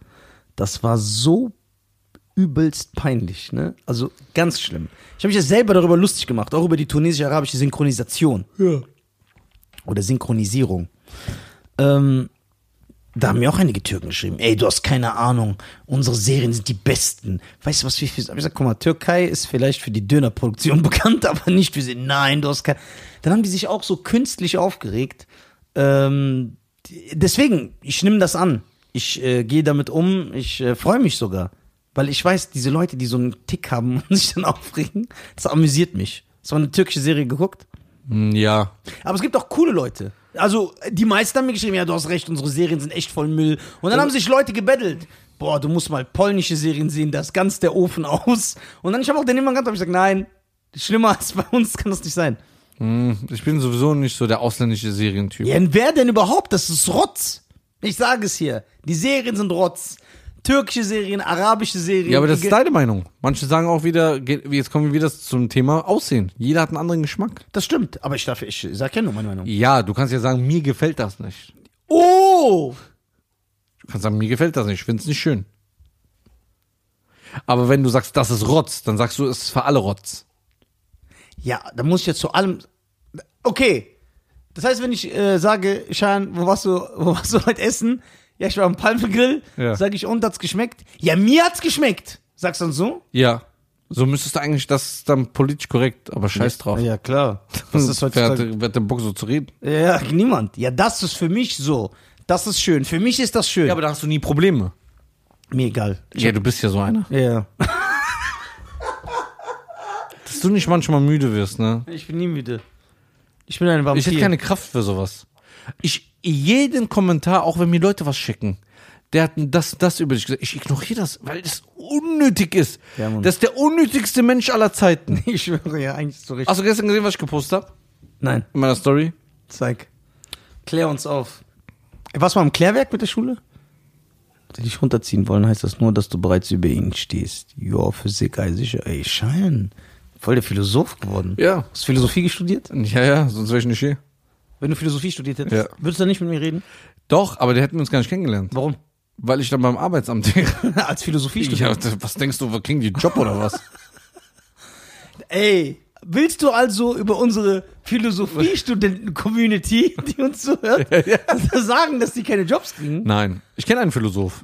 Speaker 2: Das war so übelst peinlich, ne? Also ganz schlimm. Ich habe mich ja selber darüber lustig gemacht, auch über die tunesisch-arabische Synchronisation. Oder Synchronisierung. Ähm, da haben mir auch einige Türken geschrieben, ey, du hast keine Ahnung, unsere Serien sind die besten. Weißt du, was wir für... Ich sag, guck mal, Türkei ist vielleicht für die Dönerproduktion bekannt, aber nicht für sie. Nein, du hast keine... Dann haben die sich auch so künstlich aufgeregt. Ähm, die- deswegen, ich nehme das an. Ich äh, gehe damit um, ich äh, freue mich sogar. Weil ich weiß, diese Leute, die so einen Tick haben und sich dann aufregen, das amüsiert mich. Hast du mal eine türkische Serie geguckt?
Speaker 3: Hm, Ja.
Speaker 2: Aber es gibt auch coole Leute. Also, die meisten haben mir geschrieben, ja, du hast recht, unsere Serien sind echt voll Müll. Und
Speaker 3: Also
Speaker 2: dann haben sich Leute gebettelt. Boah, du musst mal polnische Serien sehen, da ist ganz der Ofen aus. Und dann, ich habe auch den jemanden gehabt, hab ich gesagt, nein, schlimmer als bei uns kann das nicht sein.
Speaker 3: Hm, Ich bin sowieso nicht so der ausländische Serientyp.
Speaker 2: Ja, und wer denn überhaupt? Das ist Rotz. Ich sage es hier. Die Serien sind Rotz. Türkische Serien, arabische Serien.
Speaker 3: Ja, aber das
Speaker 2: die-
Speaker 3: ist deine Meinung. Manche sagen auch wieder, geht- jetzt kommen wir wieder zum Thema Aussehen. Jeder hat einen anderen Geschmack.
Speaker 2: das stimmt. Aber ich, darf, ich sage ja nur meine Meinung.
Speaker 3: Ja, du kannst ja sagen, mir gefällt das nicht.
Speaker 2: Oh!
Speaker 3: Du kannst sagen, mir gefällt das nicht, ich finde es nicht schön. Aber wenn du sagst, das ist Rotz, dann sagst du, es ist für alle Rotz.
Speaker 2: Ja, da muss ich jetzt zu allem. Okay. Das heißt, wenn ich äh, sage, Schan, wo warst du, wo warst du heute essen? Ja, ich war am Palmengrill.
Speaker 3: Ja.
Speaker 2: Sage ich, und hat's geschmeckt? Ja, mir hat's geschmeckt. Sagst du dann so?
Speaker 3: Ja. So müsstest du eigentlich, das ist dann politisch korrekt, aber scheiß drauf. Hm,
Speaker 2: Ja, klar.
Speaker 3: Wer hat, wer hat den Bock so zu reden?
Speaker 2: Ja, niemand. Ja, das ist für mich so. Das ist schön. Für mich ist das schön.
Speaker 3: Ja, aber da hast du nie Probleme.
Speaker 2: mir egal.
Speaker 3: Ja, du bist ja so einer.
Speaker 2: Ja.
Speaker 3: Dass du nicht manchmal müde wirst, ne?
Speaker 2: Ich bin nie müde. Ich bin ein Vampir.
Speaker 3: Ich hätte keine Kraft für sowas. Ich jeden Kommentar, auch wenn mir Leute was schicken, der hat das, das über dich gesagt. Ich ignoriere das, weil das unnötig ist.
Speaker 2: Ja, Mann.
Speaker 3: das ist der unnötigste Mensch aller Zeiten.
Speaker 2: Ich schwöre ja, eigentlich ist so richtig.
Speaker 3: Hast du gestern gesehen, was ich gepostet habe?
Speaker 2: Nein,
Speaker 3: In meiner Story?
Speaker 2: zeig. Klär uns auf. Warst du mal im Klärwerk mit der Schule? Wenn Die dich runterziehen wollen, heißt das nur, dass du bereits über ihnen stehst. Ja, Physik, ey, sicher. Ey, Schein. Voll der Philosoph geworden.
Speaker 3: Ja.
Speaker 2: Hast du Philosophie studiert?
Speaker 3: Ja, ja, sonst wäre ich nicht hier.
Speaker 2: Wenn du Philosophie studiert hättest,
Speaker 3: Ja.
Speaker 2: würdest du dann nicht mit mir reden?
Speaker 3: Doch, aber die hätten wir uns gar nicht kennengelernt.
Speaker 2: Warum?
Speaker 3: Weil ich dann beim Arbeitsamt wäre.
Speaker 2: Als Philosophie
Speaker 3: Ja, was denkst du, kriegen die Job oder was?
Speaker 2: Ey, willst du also über unsere Philosophiestudenten-Community, die uns zuhört, sagen, dass die keine Jobs kriegen?
Speaker 3: Nein. Ich kenne einen Philosoph.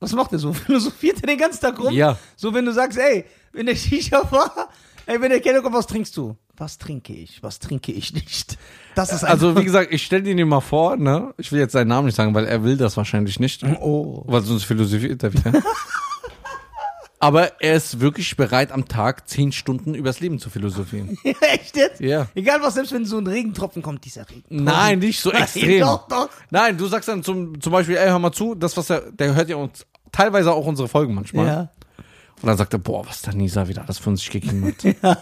Speaker 2: Was macht er so? Philosophiert er den ganzen Tag rum?
Speaker 3: Ja.
Speaker 2: So, wenn du sagst, ey, wenn der Shisha war, ey, wenn der Kellner kommt, was trinkst du? Was trinke ich? Was trinke ich nicht? Das ist
Speaker 3: Also, wie
Speaker 2: einfach-
Speaker 3: gesagt, ich stelle dir mal vor, ne? Ich will jetzt seinen Namen nicht sagen, weil er will das wahrscheinlich nicht.
Speaker 2: Oh.
Speaker 3: Weil sonst philosophiert er wieder. Aber er ist wirklich bereit, am Tag zehn Stunden übers Leben zu philosophieren.
Speaker 2: Echt jetzt?
Speaker 3: Ja.
Speaker 2: Egal was, selbst wenn so ein Regentropfen kommt, dieser Regen.
Speaker 3: Nein, nicht so extrem.
Speaker 2: doch, doch.
Speaker 3: Nein, du sagst dann zum, zum Beispiel, ey, hör mal zu, das, was er, der hört ja uns teilweise auch unsere Folgen manchmal. Und dann sagt er, boah, was der Nisa wieder alles von sich gegeben hat.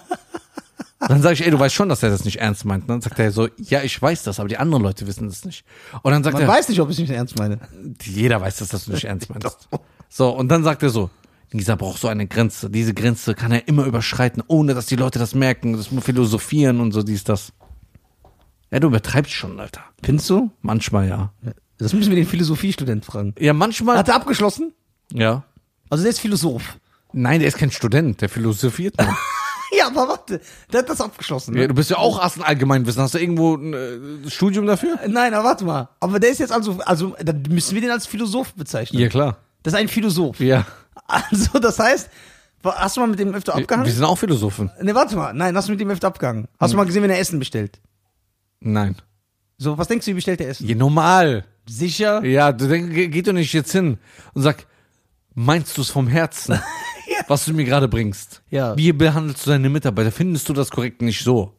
Speaker 3: Dann sage ich, ey, du weißt schon, dass er das nicht ernst meint. ne? Dann sagt er so, ja, ich weiß das, aber die anderen Leute wissen das nicht. Und dann sagt
Speaker 2: Man
Speaker 3: er,
Speaker 2: weiß nicht, ob ich es nicht ernst meine.
Speaker 3: jeder weiß, dass das du nicht ernst meinst. So, und dann sagt er so, Nisa braucht so eine Grenze. Diese Grenze kann er immer überschreiten, ohne dass die Leute das merken. Das muss philosophieren und so dies, das. Ja, du übertreibst schon, Alter.
Speaker 2: Findest du?
Speaker 3: Manchmal ja.
Speaker 2: Das müssen wir den Philosophiestudenten fragen.
Speaker 3: Ja, manchmal.
Speaker 2: Hat er abgeschlossen?
Speaker 3: ja.
Speaker 2: Also der ist Philosoph.
Speaker 3: Nein, der ist kein Student, der philosophiert. nur.
Speaker 2: Ja, aber warte, der hat das abgeschlossen. Ne?
Speaker 3: ja, du bist ja auch Assen Allgemeinwissen. Hast du irgendwo ein äh, Studium dafür?
Speaker 2: Nein, aber warte mal. Aber der ist jetzt also, also dann müssen wir den als Philosoph bezeichnen.
Speaker 3: klar.
Speaker 2: Das ist ein Philosoph.
Speaker 3: Ja.
Speaker 2: Also, das heißt, wa- hast du mal mit dem öfter
Speaker 3: Wir
Speaker 2: abgehangen?
Speaker 3: sind auch Philosophen.
Speaker 2: Ne, warte mal. Nein, hast du mit dem öfter abgehangen?
Speaker 3: Hm.
Speaker 2: Hast du mal gesehen, wenn er Essen bestellt?
Speaker 3: Nein.
Speaker 2: So, was denkst du, wie bestellt er Essen?
Speaker 3: Ja, normal.
Speaker 2: Sicher?
Speaker 3: Ja, du denk, geh- geh doch nicht jetzt hin und sag, meinst du es vom Herzen, was du mir gerade bringst?
Speaker 2: Ja.
Speaker 3: Wie behandelst du deine Mitarbeiter? Findest du das korrekt nicht so?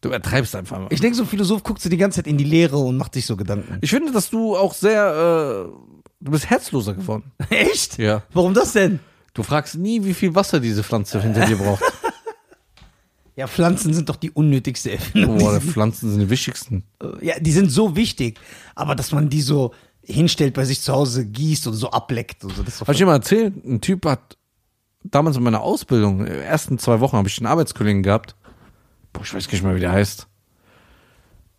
Speaker 3: Du übertreibst einfach mal. Ich,
Speaker 2: Ich denke, so ein Philosoph guckt so die ganze Zeit in die Leere und macht sich so Gedanken.
Speaker 3: finde, dass du auch sehr, äh, du bist herzloser geworden.
Speaker 2: Echt?
Speaker 3: Ja.
Speaker 2: Warum das denn?
Speaker 3: Du fragst nie, wie viel Wasser diese Pflanze hinter dir braucht.
Speaker 2: Ja, Pflanzen sind doch die unnötigste Erfindung.
Speaker 3: Boah, die Pflanzen sind die wichtigsten.
Speaker 2: Äh, ja, die sind so wichtig, aber dass man die so hinstellt bei sich zu Hause, gießt und so ableckt und so. Das ist doch
Speaker 3: Hab ich dir mal erzählt, ein Typ hat damals in meiner Ausbildung, in den ersten zwei Wochen habe ich einen Arbeitskollegen gehabt. Boah, ich weiß nicht mal, wie der heißt.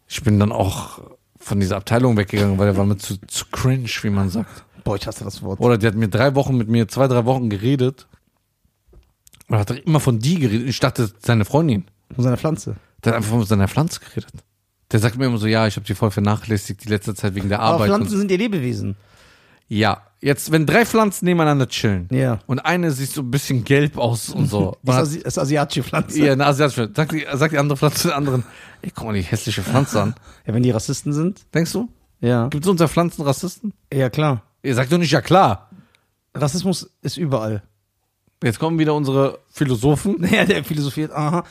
Speaker 3: Ich bin dann auch von dieser Abteilung weggegangen, weil der war mir zu, zu cringe, wie man sagt.
Speaker 2: Boah, ich hasse das Wort.
Speaker 3: Oder die hat mir drei Wochen mit mir, zwei, drei Wochen geredet. Und hat immer von die geredet. Ich dachte, seine Freundin.
Speaker 2: Von seiner Pflanze.
Speaker 3: Der hat einfach von seiner Pflanze geredet. Der sagt mir immer so, ja, ich habe die voll vernachlässigt die letzte Zeit wegen der
Speaker 2: Aber
Speaker 3: Arbeit. und
Speaker 2: Pflanzen sind ja Lebewesen.
Speaker 3: ja, jetzt, wenn drei Pflanzen nebeneinander chillen
Speaker 2: Ja.
Speaker 3: und eine sieht so ein bisschen gelb aus und so. Man
Speaker 2: Das ist,
Speaker 3: hat-
Speaker 2: Asi das ist asiatische Pflanze.
Speaker 3: ja, eine asiatische. Sagt die, sagt die andere Pflanze der anderen, ey, guck mal die hässliche Pflanze an.
Speaker 2: Ja, wenn die Rassisten sind.
Speaker 3: Denkst du?
Speaker 2: Ja.
Speaker 3: Gibt es unter Pflanzen Rassisten?
Speaker 2: Ja, klar.
Speaker 3: Ihr sagt doch nicht, ja klar.
Speaker 2: Rassismus ist überall.
Speaker 3: Jetzt kommen wieder unsere Philosophen.
Speaker 2: Ja, der philosophiert, aha.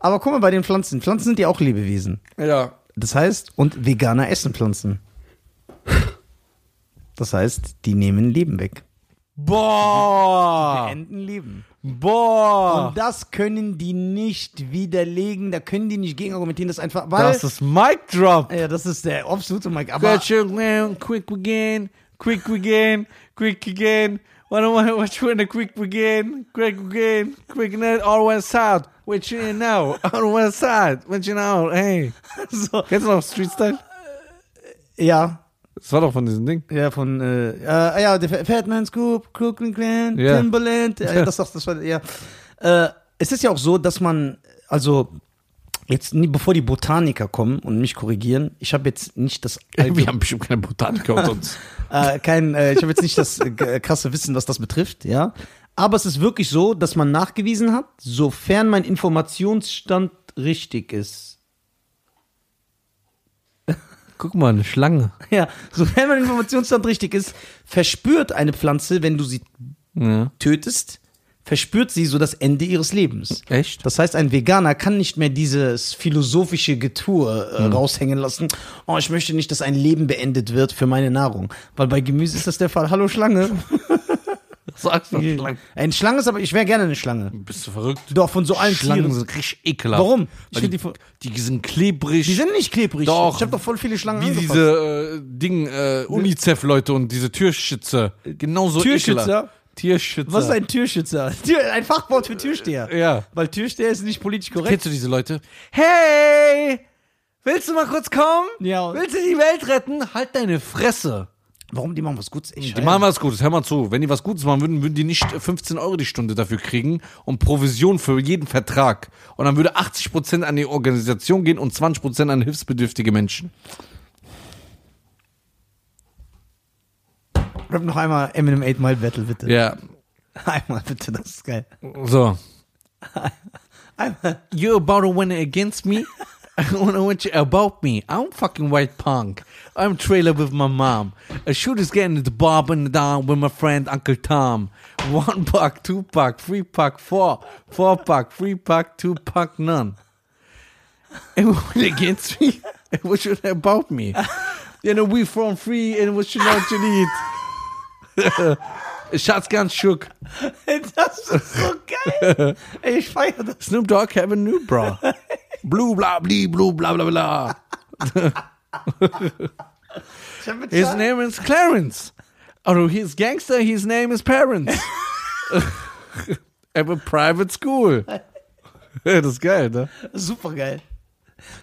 Speaker 2: Aber guck mal bei den Pflanzen. Pflanzen sind ja auch Lebewesen.
Speaker 3: Ja.
Speaker 2: Das heißt, und Veganer essen Pflanzen. Das heißt, die nehmen Leben weg.
Speaker 3: Boah.
Speaker 2: Enden Leben.
Speaker 3: Boah.
Speaker 2: Und das können die nicht widerlegen, da können die nicht gegen argumentieren, das ist einfach, weil.
Speaker 3: Das ist Mic Drop.
Speaker 2: ja, das ist der absolute Mike. Aber
Speaker 3: Quick again, quick again, quick again. What do I watch when the quick again, quick again, quick net always out. Which you know, always out. Which you know, hey.
Speaker 2: so,
Speaker 3: Kennst du noch Street Style?
Speaker 2: ja,
Speaker 3: Das war doch von diesem Ding.
Speaker 2: ja, von, äh, äh, ja, der Fa- Fatman Scoop, Crooklyn Clan,
Speaker 3: Ja.
Speaker 2: Timberland, ja, ja, das, das, das war, ja. Äh, es ist ja auch so, dass man, also, jetzt, nie- bevor die Botaniker kommen und mich korrigieren, ich habe jetzt nicht das
Speaker 3: Wir haben bestimmt keine Botaniker unter uns.
Speaker 2: äh, kein, äh, ich habe jetzt nicht das äh, g- krasse Wissen, was das betrifft, ja. Aber es ist wirklich so, dass man nachgewiesen hat, sofern mein Informationsstand richtig ist.
Speaker 3: Guck mal, eine Schlange.
Speaker 2: Ja, sofern mein Informationsstand richtig ist, verspürt eine Pflanze, wenn du sie
Speaker 3: Ja.
Speaker 2: tötest, verspürt sie so das Ende ihres Lebens.
Speaker 3: Echt?
Speaker 2: Das heißt, ein Veganer kann nicht mehr dieses philosophische Getue äh,
Speaker 3: Hm.
Speaker 2: raushängen lassen. Oh, ich möchte nicht, dass ein Leben beendet wird für meine Nahrung. Weil bei Gemüse ist das der Fall. Hallo Schlange.
Speaker 3: Sagst du Schlangen?
Speaker 2: Ein Schlange ist aber, ich wäre gerne eine Schlange.
Speaker 3: Bist du verrückt?
Speaker 2: Doch, von so allen
Speaker 3: Schlangen
Speaker 2: Tieren.
Speaker 3: sind richtig ekelhaft.
Speaker 2: Warum? Ich
Speaker 3: Weil
Speaker 2: find
Speaker 3: die,
Speaker 2: die voll-
Speaker 3: die, sind klebrig.
Speaker 2: Die sind nicht klebrig.
Speaker 3: Doch.
Speaker 2: Ich habe doch voll viele Schlangen
Speaker 3: wie
Speaker 2: angefasst.
Speaker 3: diese äh, Ding, äh, Unicef-Leute und diese Türschützer. Genauso
Speaker 2: Türschützer?
Speaker 3: ekelhaft. Tierschützer.
Speaker 2: Was ist ein Türschützer? Tür, ein Fachwort für Türsteher.
Speaker 3: Ja.
Speaker 2: Weil Türsteher ist nicht politisch korrekt.
Speaker 3: Kennst du diese Leute? Hey! Willst du mal kurz kommen?
Speaker 2: Ja.
Speaker 3: Willst du die Welt retten? Halt deine Fresse.
Speaker 2: Warum? Die machen was Gutes. Ey,
Speaker 3: Die machen was Gutes, hör mal zu. Wenn die was Gutes machen würden, würden die nicht 15 Euro die Stunde dafür kriegen und Provision für jeden Vertrag. Und dann würde 80% an die Organisation gehen und 20% an hilfsbedürftige Menschen.
Speaker 2: Rap noch einmal Eminem 8 Mile Battle, bitte.
Speaker 3: Ja,
Speaker 2: Einmal bitte, das ist geil.
Speaker 3: so.
Speaker 2: Einmal.
Speaker 3: You're about to win against me. I want to win you about me. I'm fucking white punk. I'm trailer with my mom. A shooter's getting at the bob and down with my friend Uncle Tom. One pack, two pack, three pack, four, four pack, three pack, two pack, none. It was against me. It was just about me. You know, we from free and what you know to need. Shotgun shook.
Speaker 2: Das ist so geil. Ey, ich feiere das.
Speaker 3: Snoop Dogg have a new bra. Blue bla bli blue bla bla bla.
Speaker 2: Ich hab mit
Speaker 3: His
Speaker 2: Schlangen-
Speaker 3: name is Clarence. Although he's gangster, his name is Parents. At a private school. Ja, Das ist geil, ne?
Speaker 2: Super geil.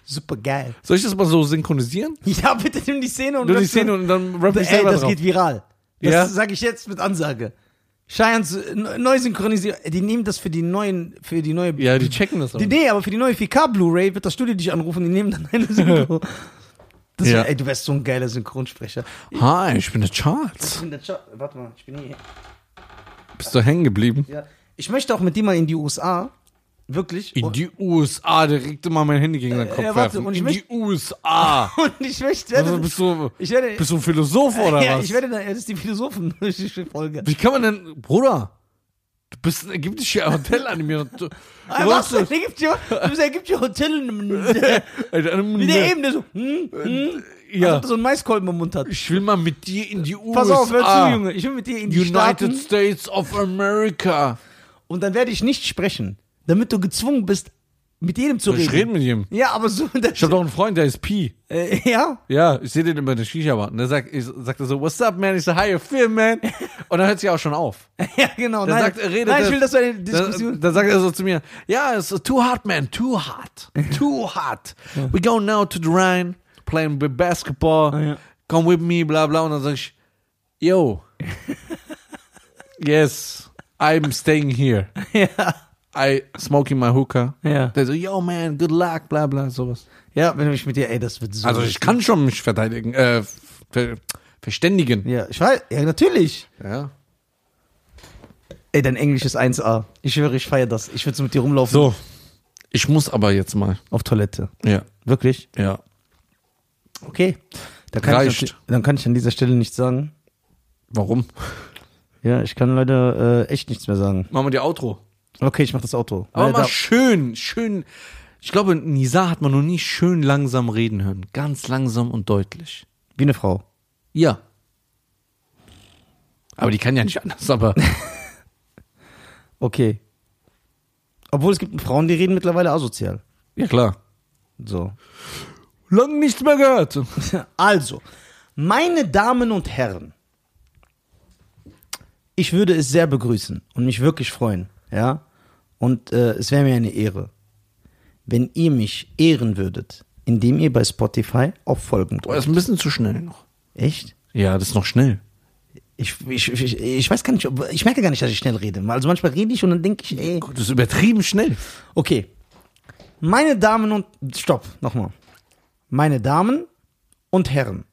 Speaker 2: Super geil.
Speaker 3: Soll ich das mal so synchronisieren?
Speaker 2: Ja, bitte nimm die Szene und
Speaker 3: Nur die
Speaker 2: rappst
Speaker 3: Szene
Speaker 2: du-
Speaker 3: und dann rapp ich
Speaker 2: Ey,
Speaker 3: selber
Speaker 2: das
Speaker 3: drauf.
Speaker 2: geht viral. Das
Speaker 3: Ja?
Speaker 2: sage ich jetzt mit Ansage. Cheyenne's äh, neu synchronisiert. Die nehmen das für die neuen, für die neue.
Speaker 3: Ja, die checken das aber.
Speaker 2: Mhm. Die, nee, aber für die neue 4K Blu-ray wird das Studio dich anrufen. Die nehmen dann eine Synchro. Das
Speaker 3: Ja.
Speaker 2: wär, ey, du wärst so ein geiler Synchronsprecher.
Speaker 3: Hi, ich bin der Charles.
Speaker 2: Ich bin der Cha- Warte mal, ich bin hier.
Speaker 3: Bist du hängen geblieben?
Speaker 2: Ja. Ich möchte auch mit dir mal in die USA. Wirklich.
Speaker 3: In die USA, direkt immer mein Handy gegen deinen Kopf
Speaker 2: Äh, ja, warte,
Speaker 3: werfen.
Speaker 2: und ich
Speaker 3: In die
Speaker 2: möcht-
Speaker 3: USA.
Speaker 2: Und ich möchte.
Speaker 3: Also bist du,
Speaker 2: ich werde,
Speaker 3: bist du ein Philosoph oder
Speaker 2: ja,
Speaker 3: was?
Speaker 2: ich werde, das ist die philosophen Folge.
Speaker 3: Wie kann man denn, Bruder? Du bist ein ägyptischer Hotelanime. Du, du
Speaker 2: Ah, was?
Speaker 3: wolltest-
Speaker 2: Der gibt dir, der gibt dir Hotel
Speaker 3: Wie
Speaker 2: wie der eben, der so, hm, hm, als
Speaker 3: Ja.
Speaker 2: ob er so einen Maiskolben im Mund hat.
Speaker 3: Ich will mal mit dir in die USA.
Speaker 2: Pass auf, hör zu, Junge. Ich will mit dir in die
Speaker 3: United
Speaker 2: Staaten
Speaker 3: States of America.
Speaker 2: und dann werde ich nicht sprechen, damit du gezwungen bist, mit jedem zu reden.
Speaker 3: Ich rede mit ihm.
Speaker 2: Ja, aber so, das,
Speaker 3: Ich habe doch einen Freund, der ist Pi.
Speaker 2: äh, ja,
Speaker 3: Ja, ich sehe den immer in der Shisha-Bar. Und der sagt, ich, sagt er so, what's up, man? Ich so, hi, you feel, man? Und dann hört sich auch schon auf.
Speaker 2: ja, genau.
Speaker 3: Dann
Speaker 2: nein,
Speaker 3: sagt, er redet
Speaker 2: nein, ich will, dass du eine
Speaker 3: Dann,
Speaker 2: Diskussion.
Speaker 3: dann sagt er so zu mir, ja, it's too hot, man, too hot, too hot. We go now to the Rhine, playing with basketball,
Speaker 2: ja.
Speaker 3: come with me, bla bla. Und dann sag ich, yo, yes, I'm staying here.
Speaker 2: ja,
Speaker 3: I smoking my hookah.
Speaker 2: ja.
Speaker 3: Der so, yo man, good luck, bla bla, sowas.
Speaker 2: ja, wenn ich mit dir, ey, das wird so.
Speaker 3: Also ich kann schon mich verteidigen, äh, ver verständigen.
Speaker 2: ja, ich weiß, ja, natürlich.
Speaker 3: Ja.
Speaker 2: Ey, dein Englisch ist 1A. Ich höre, ich feiere das. Ich würde so mit dir rumlaufen.
Speaker 3: So, ich muss aber jetzt mal.
Speaker 2: Auf Toilette.
Speaker 3: Ja,
Speaker 2: Wirklich?
Speaker 3: ja.
Speaker 2: Okay. Da kann
Speaker 3: Reicht.
Speaker 2: Ich, dann kann ich an dieser Stelle nichts sagen.
Speaker 3: Warum?
Speaker 2: Ja, ich kann leider äh, echt nichts mehr sagen.
Speaker 3: Machen wir die Outro.
Speaker 2: Okay, ich mach das Auto.
Speaker 3: Aber
Speaker 2: Leider-
Speaker 3: mal schön, schön. Ich glaube, Nisa hat man noch nie schön langsam reden hören. Ganz langsam und deutlich.
Speaker 2: wie eine Frau.
Speaker 3: Ja. Aber die kann ja nicht anders, aber.
Speaker 2: Okay. Obwohl es gibt Frauen, die reden mittlerweile asozial.
Speaker 3: ja, klar.
Speaker 2: So.
Speaker 3: Lang nichts mehr gehört.
Speaker 2: Also, meine Damen und Herren, ich würde es sehr begrüßen und mich wirklich freuen, ja. Und äh, es wäre mir eine Ehre, wenn ihr mich ehren würdet, indem ihr bei Spotify auf Folgen
Speaker 3: Boah,
Speaker 2: drückt.
Speaker 3: ist ein bisschen zu schnell noch.
Speaker 2: Echt?
Speaker 3: Ja, das ist noch schnell.
Speaker 2: Ich, ich, ich, ich weiß gar nicht, ob, ich merke gar nicht, dass ich schnell rede. Also manchmal rede ich und dann denke ich, ey.
Speaker 3: Gott, Das ist übertrieben schnell.
Speaker 2: Okay. Meine Damen und. Stopp, nochmal. Meine Damen und Herren.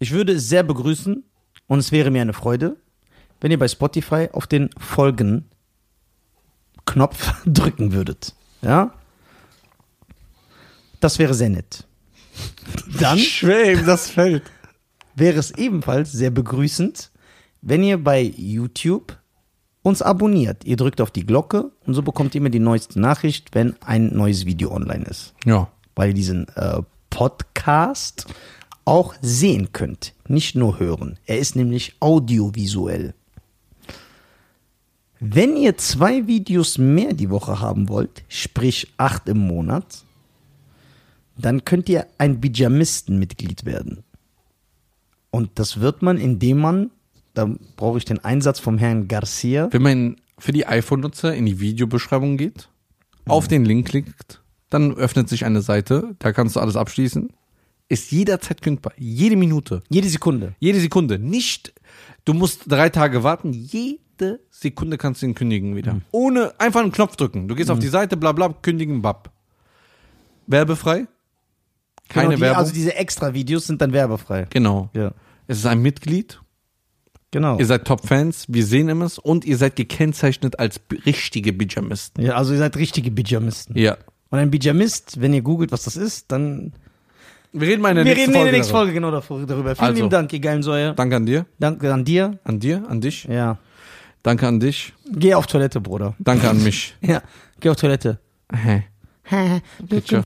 Speaker 2: Ich würde es sehr begrüßen und es wäre mir eine Freude, wenn ihr bei Spotify auf den Folgen-Knopf drücken würdet. Ja? Das wäre sehr nett. Dann
Speaker 3: Schwer ihm das fällt.
Speaker 2: wäre es ebenfalls sehr begrüßend, wenn ihr bei YouTube uns abonniert. Ihr drückt auf die Glocke und so bekommt ihr immer die neueste Nachricht, wenn ein neues Video online ist.
Speaker 3: Ja.
Speaker 2: Weil ihr diesen äh, Podcast auch sehen könnt, nicht nur hören. Er ist nämlich audiovisuell. Wenn ihr zwei Videos mehr die Woche haben wollt, sprich acht im Monat, dann könnt ihr ein Bijamisten-Mitglied werden. Und das wird man, indem man, da brauche ich den Einsatz vom Herrn Garcia,
Speaker 3: Wenn man für die iPhone-Nutzer in die Videobeschreibung geht, auf den Link klickt, dann öffnet sich eine Seite, da kannst du alles abschließen. Ist jederzeit kündbar. Jede Minute.
Speaker 2: jede Sekunde.
Speaker 3: Jede Sekunde. Nicht, du musst drei Tage warten. Jede Sekunde kannst du ihn kündigen wieder.
Speaker 2: Mhm.
Speaker 3: Ohne einfach einen Knopf drücken. Du gehst auf die Seite, bla bla, kündigen, bab. Werbefrei. Keine
Speaker 2: genau, die,
Speaker 3: Werbung.
Speaker 2: Also diese extra Videos sind dann werbefrei.
Speaker 3: genau.
Speaker 2: Ja,
Speaker 3: Es ist ein Mitglied.
Speaker 2: genau.
Speaker 3: Ihr seid Top-Fans. Wir sehen immer es. Und ihr seid gekennzeichnet als b- richtige Bijamisten.
Speaker 2: Ja, also ihr seid richtige Bijamisten.
Speaker 3: Ja.
Speaker 2: Und ein Bijamist, wenn ihr googelt, was das ist, dann.
Speaker 3: Wir reden mal in der
Speaker 2: Wir
Speaker 3: nächsten
Speaker 2: reden in
Speaker 3: Folge.
Speaker 2: der nächsten
Speaker 3: darüber.
Speaker 2: Folge genau davor- darüber. Vielen
Speaker 3: Also.
Speaker 2: lieben Dank, ihr geilen Säue.
Speaker 3: Danke an dir.
Speaker 2: Danke an dir.
Speaker 3: An dir, an dich.
Speaker 2: Ja.
Speaker 3: Danke an dich.
Speaker 2: Geh auf Toilette, Bruder.
Speaker 3: Danke an mich.
Speaker 2: Ja. Geh auf Toilette.
Speaker 3: Hä? Bitte.